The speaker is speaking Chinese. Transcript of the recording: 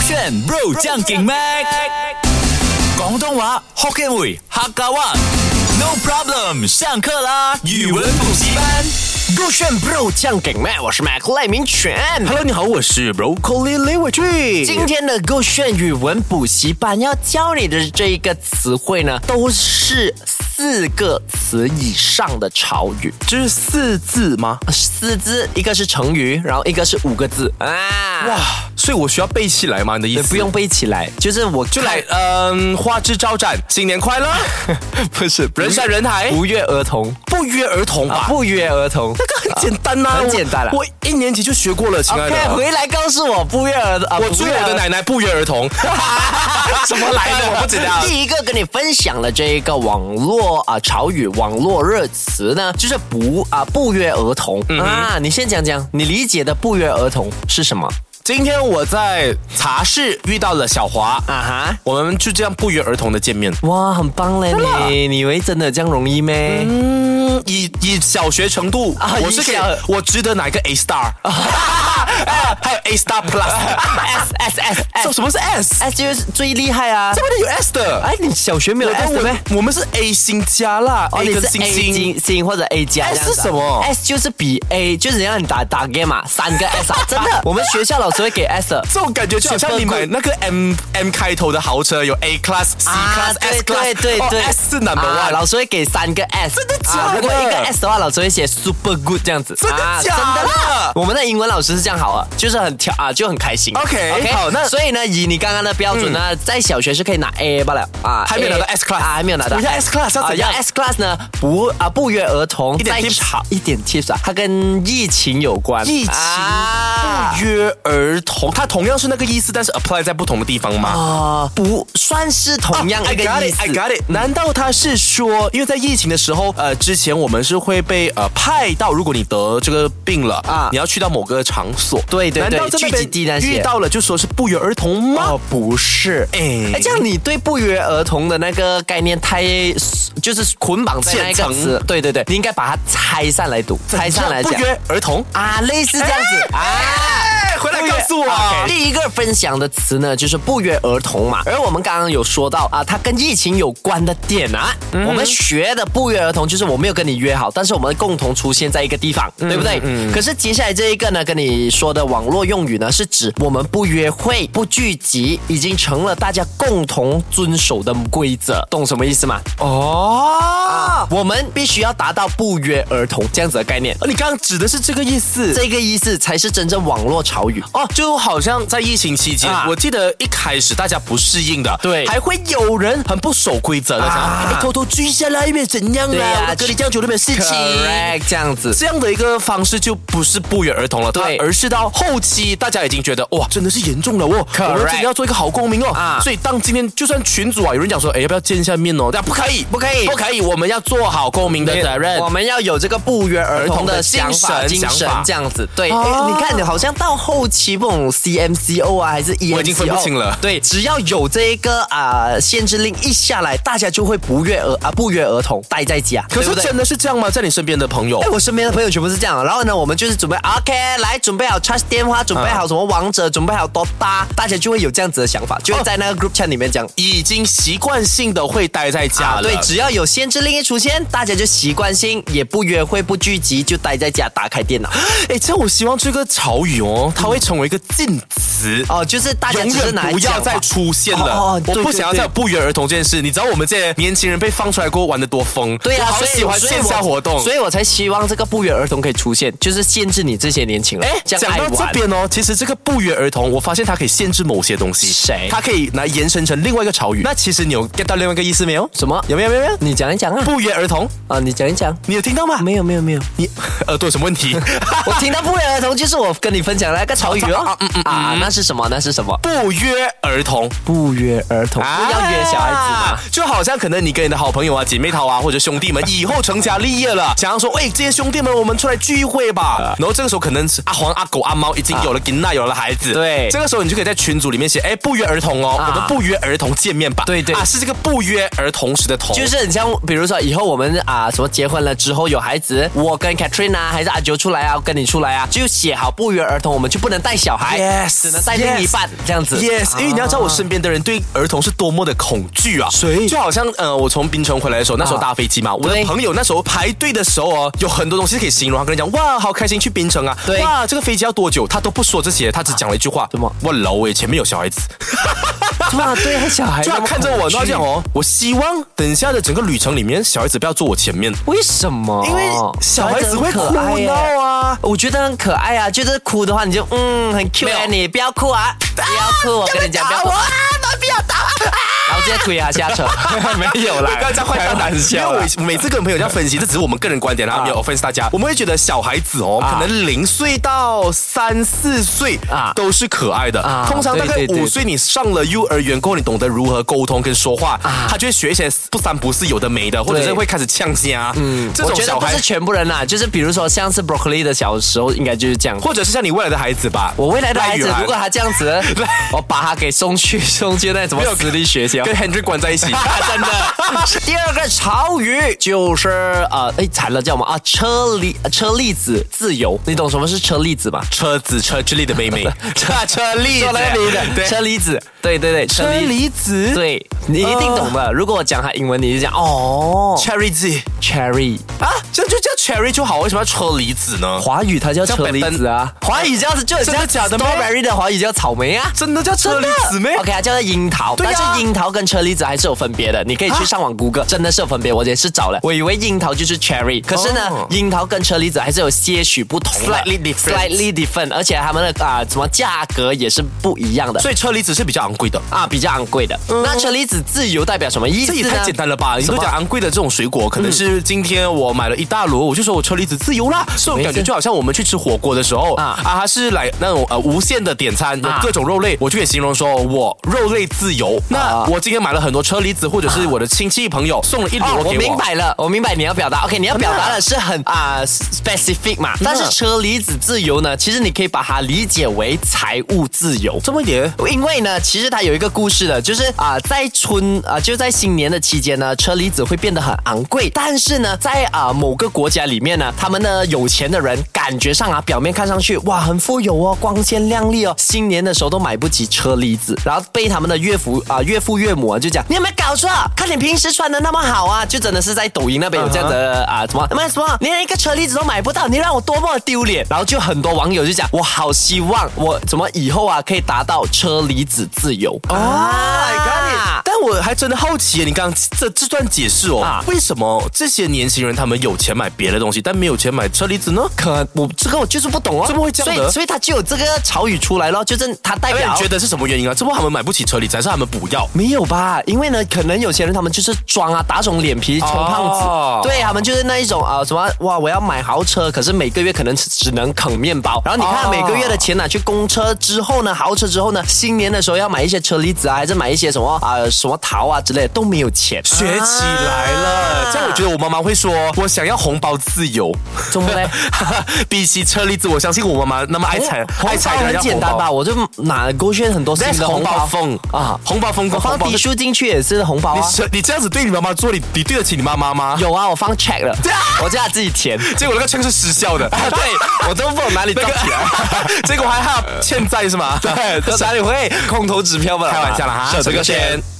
选 Bro 将劲 Mac，广东话 Hokkien 语客家话。No problem，上课啦！语文补习班。入选 Bro 酱梗麦，我是 Mac 赖明全。 Hello，你好，我是 Broccoli 雷伟俊。今天的勾选语文补习班要教你的这一个词汇呢，都是四个词以上的潮语，呃这是四字吗？四字，一个是成语，然后一个是五个字啊。哇，所以我需要背起来吗？你的意也思？不用，背起来，就是我啊就来，嗯、花枝招展，新年快乐，不 是人山人海，不约而同不约而同吧？啊，不约而同。那个很简单吗、很我简单啦我一年级就学过了，亲爱 OK，的。回来告诉我不约而同。我追我的奶奶不约而同， 怎么来的？我不知道。第一个跟你分享的这一个网络啊潮语网络热词呢，就是不啊不约而同、啊。你先讲讲你理解的不约而同是什么今天我在茶室遇到了小华，啊我们就这样不约而同的见面。哈？哇，很棒嘞你！你以为真的这样容易咩？嗯，以以小学程度，啊我是以给小我值得哪一个 A star？啊 还有 A star plus， S S S 什 S 什么是 S？ S 啊就是最厉害啊！这么的有 S 的？哎，你小学没有我 S 跟的咩？我我们是 A 星加啦哦， ，A 你跟是星 A 星。星星或者 A 加 S 这样子是啊什么？S 就是比 A，就是让你打打 game 嘛，三个 S 啊，真的，我们学校老师会给 S 的。这种感觉就好像你买那个 M M 开头的豪车，有 A class、C 啊 class、，对 S 对 class，对哦对，S 是 number 啊 one，老师会给三个 S，真的假的如果一个 S 的话，老师会写 super good 这样子，真的啊假的真的啦，我们的英文老师是这样好啊，就是很挑啊，就很开心。 OK，好那嗯所以呢，以你刚刚的标准呢，在小学是可以拿 A 罢了啊，还没有拿到 A S class 啊，还没有拿到我要 S class，要啊怎要样 S class 呢，不啊不约而同，一点 tips 一点 tips 啊，它跟疫情有关，疫情啊不约而同，它同样是那个意思，但是 apply 在不同的地方嘛。啊不算是同样一哦 I 个 got 意 it, 思 I got it。难道他是说，因为在疫情的时候，呃，之前我们是会被呃派到，如果你得这个病了啊啊，你要去到某个场所。对对难对道在那聚集地那边些遇到了就说是不约而同吗？哦，不是，哎哎，这样你对不约而同的那个概念太就是捆绑在那一个现成词，对对对，你应该把它拆散来读，拆散来不讲约而同。啊，类似这样子啊。哎，回来告诉我。 OK，第一个分享的词呢，就是不约而同嘛。而我们刚刚有说到啊，它跟疫情有关的点啊，嗯我们学的不约而同就是我没有跟你约好，但是我们共同出现在一个地方，嗯对不对？可是接下来这一个呢，跟你说的网络用语呢，是指我们不约会、不聚集，已经成了大家共同遵守的规则，懂什么意思吗？哦，我们必须要达到不约而同这样子的概念。啊你刚刚指的是这个意思。这个意思才是真正网络潮语哦，就好像在疫情期间，啊我记得一开始大家不适应的，对还会有人很不守规则的，想啊要哎偷偷居下来，因为怎样啊对呀啦，我隔离这样久都没有事情。 ，correct 这样子。这样的一个方式就不是不约而同了，它对而是到后期大家已经觉得哇，真的是严重了哦， Correct 我们真的要做一个好公民哦。啊所以当今天就算群主啊，有人讲说，哎，要不要见一下面哦？但不可以， 不可以不可以，我们要做好公民的责任我。们要有这个不约而同的想法、儿童的精神精神想法这样子。对，哎哦诶你看，你好像到后期不懂 CMCO 啊，还是 EMCO，我已经分不清了对，只要有这一个啊、限制令一下来，大家就会不约而啊不约而同待在家，可对是不对真的是这样吗？在你身边的朋友哎，，我身边的朋友全部是这样。然后呢，我们就是准备 OK，来准备好 charge 电话，准备好什么王者，准备好多大，大家就会有这样子的想法，就哦会在那个 group chat 里面讲。已经习惯性的会待在家啊，了。对，只要有限制令一出现，大家就习惯性也不约会、不聚集，就待在家打开电脑。哎，这样我希望这个潮语哦，它会成为一个禁词。哦，就是大家永只是远拿来不要讲话再出现了，哦哦对我不想要对对再有不约而同这件事。你知道我们这些年轻人被放出来过后玩的多疯，对啊，我好所以喜欢所以线下我活动。所以我才希望这个不约而同可以出现，就是限制你这些年轻人，哎，这样讲爱到这玩。边哦，其实这个不约而同，我发现它可以限制某些东西，谁它可以来延伸成另外一个潮语。那其实你有 get 到另外一个意思没有？什么？有没有？有没有？有没有你讲一讲啊！不约而同，啊，你讲一讲。你有听 到吗？没有没有没有，啊你耳呃朵有什么问题？我听到不约而同就是我跟你分享的那个潮语哦。嗯啊，那是什么？那是什么？ 不约而同。不约而同，不要约小孩子嘛啊。就好像可能你跟你的好朋友啊、姐妹淘啊或者兄弟们以后成家立业了，想要说，哎喂，这些兄弟们，我们出来聚会吧。啊然后这个时候可能是阿黄、阿狗、阿猫已经有了囡娜、有了孩子，对这个时候你就可以在群组里面写，哎，不约而同哦，啊我们不约而同见面吧。对对啊，是这个不约而同时的同，就是很像，比如说以后我们啊什么结婚了之后有孩子，我跟 Katrina 还是阿九出来啊，跟你出来啊，就写好不约而同，我们就不不能带小孩 Yes，只能带另一半这样子。啊 Yes，因为你要知道我身边的人对儿童是多么的恐惧啊！谁就好像呃，我从槟城回来的时候，那时候啊搭飞机嘛，我的对朋友那时候排队的时候哦，有很多东西可以形容，他跟人讲哇，好开心去槟城啊，对哇，这个飞机要多久？他都不说这些，他只讲了一句话，什么哇，老魏前面有小孩子，对啊，对小孩就他看着我，然后讲我，哦，我希望等下的整个旅程里面，小孩子不要坐我前面，为什么？因为小孩子会哭哦小孩很可爱耶闹啊。我觉得很可爱啊，就是哭的话你就嗯很 Q 啊，你不要哭 啊，不要哭，我跟啊你讲不要哭， 不要打我！然后直接推他下 车，没有啦刚才坏蛋开玩笑因啊啦为我每次跟朋友在分析，这只是我们个人观点啊，没有 offense 大家。我们会觉得小孩子哦，啊可能零岁到三四岁啊啊都是可爱的啊，通常大概对对对五岁你上了幼儿园过后，你懂得如何沟通跟说话，啊他就会学一些不三不四有的没的，或者是对会开始呛虾。嗯，这我种觉得小不孩是，全部人啦、就是比如说像是 broccoli 的小时候应该就是这样。或者是像你未来的孩子吧，我未来的孩子赖雨涵如果他这样子，我把他给送去送去那什么没有私立学校。跟 Henry 关在一起， 真的。第二个潮语就是呃，哎，惨了，叫什么啊？车厘车厘子自由，你懂什么是车厘子吗？车子车之类的 妹妹，车 车力做那个的对车厘子，对对对，车厘离子哦对对，你一定懂的。如果我讲他英文，你就讲哦 Cherry 子。 ，cherry，啊，这样就叫 cherry 就好，为什么要车厘子呢？华语它叫车厘子啊，华语叫就真的假的 s t 咩 r a w b e r r y 的华语叫草莓啊。真的叫车厘子咩 OK 啊，叫做樱桃，对啊啊但是樱桃跟车厘子还是有分别的，你可以去上网谷歌，真的是有分别。我也是找了，我以为樱桃就是 cherry，可是呢哦，樱桃跟车厘子还是有些许不同的 Slightly different ，slightly different，而且它们的啊什么价格也是不一样的，所以车厘子是比较昂贵的。啊比较昂贵的。那车厘子自由代表什么意思这呢？也太简单了吧！你都什么讲昂贵的这种水果，可能是今天我买了一大摞，我就说我车厘子自由啦。这种感觉就好像我们去吃火锅的时候啊啊，它是来那种呃无限的点餐，有啊各种肉类，我就可以形容说我肉类自由。那啊我今天买了很多车厘子，或者是我的亲戚朋友送了一摞哦，我给明我。白了，我明白你要表达。OK，你要表达的是很啊、specific 嘛，但是车厘子自由呢，其实你可以把它理解为财务自由。这么一点，因为呢，其实它有一个故事的，就是啊、在春啊、就在新年的期间呢，车厘子会变得很昂贵。但是呢，在啊、某个国家里面呢，他们呢有钱的人感觉上啊，表面看上去哇很富有哦，光鲜亮丽哦，新年的时候都买不起车厘子，然后被他们的岳父啊、岳父岳母啊就讲，你有没有搞错？看你平时穿的那么好啊，就真的是在抖音那边有这样的啊、什么卖什么，你连一个车厘子都买不到，你让我多么丢脸。然后就很多网友就讲，我好希望我怎么以后啊可以达到车厘子自由啊 I got it 但我还真的好奇耶，你刚刚这这段解释哦，啊为什么这些年轻人他们有钱买别的东西，但没有钱买车厘子呢？可我这个我就是不懂哦，怎么会这样的所以所以他就有这个潮语出来咯，就是它代哎，表你觉得是什么原因啊？这不他们买不起车厘子，还是他们不要？没有吧？因为呢，可能有些人他们就是装啊，打肿脸皮充胖子，哦对他们就是那一种啊、什么哇，我要买豪车，可是每个月可能只只能啃面包。然后你哦看每个月的钱啊拿去公车之后呢，豪车之后呢，新年的时候要买一些车厘子啊，还是买一些什么啊、什么桃啊之类的都没有钱，学起来了，啊这样我觉得我妈妈会说，我想要红包自由。 怎么嘞？比起车厘子，我相信我妈妈那么爱 财，哎哦红爱包哎财的人很要简红单吧？包。我就拿勾选很多新 That's 的红红包包风啊啊，，红包风我跟红放包底数进去也是红包你啊。是你这样子对你妈妈做，你你对得起你妈妈吗？有啊，我放 check 了，我叫他自己填。结果那个秤是失效的， 对，我都不懂哪里那造个起来。 结果还还欠债是吗？对 这哪里会空头支票吧？开玩笑了哈，小这个圈先。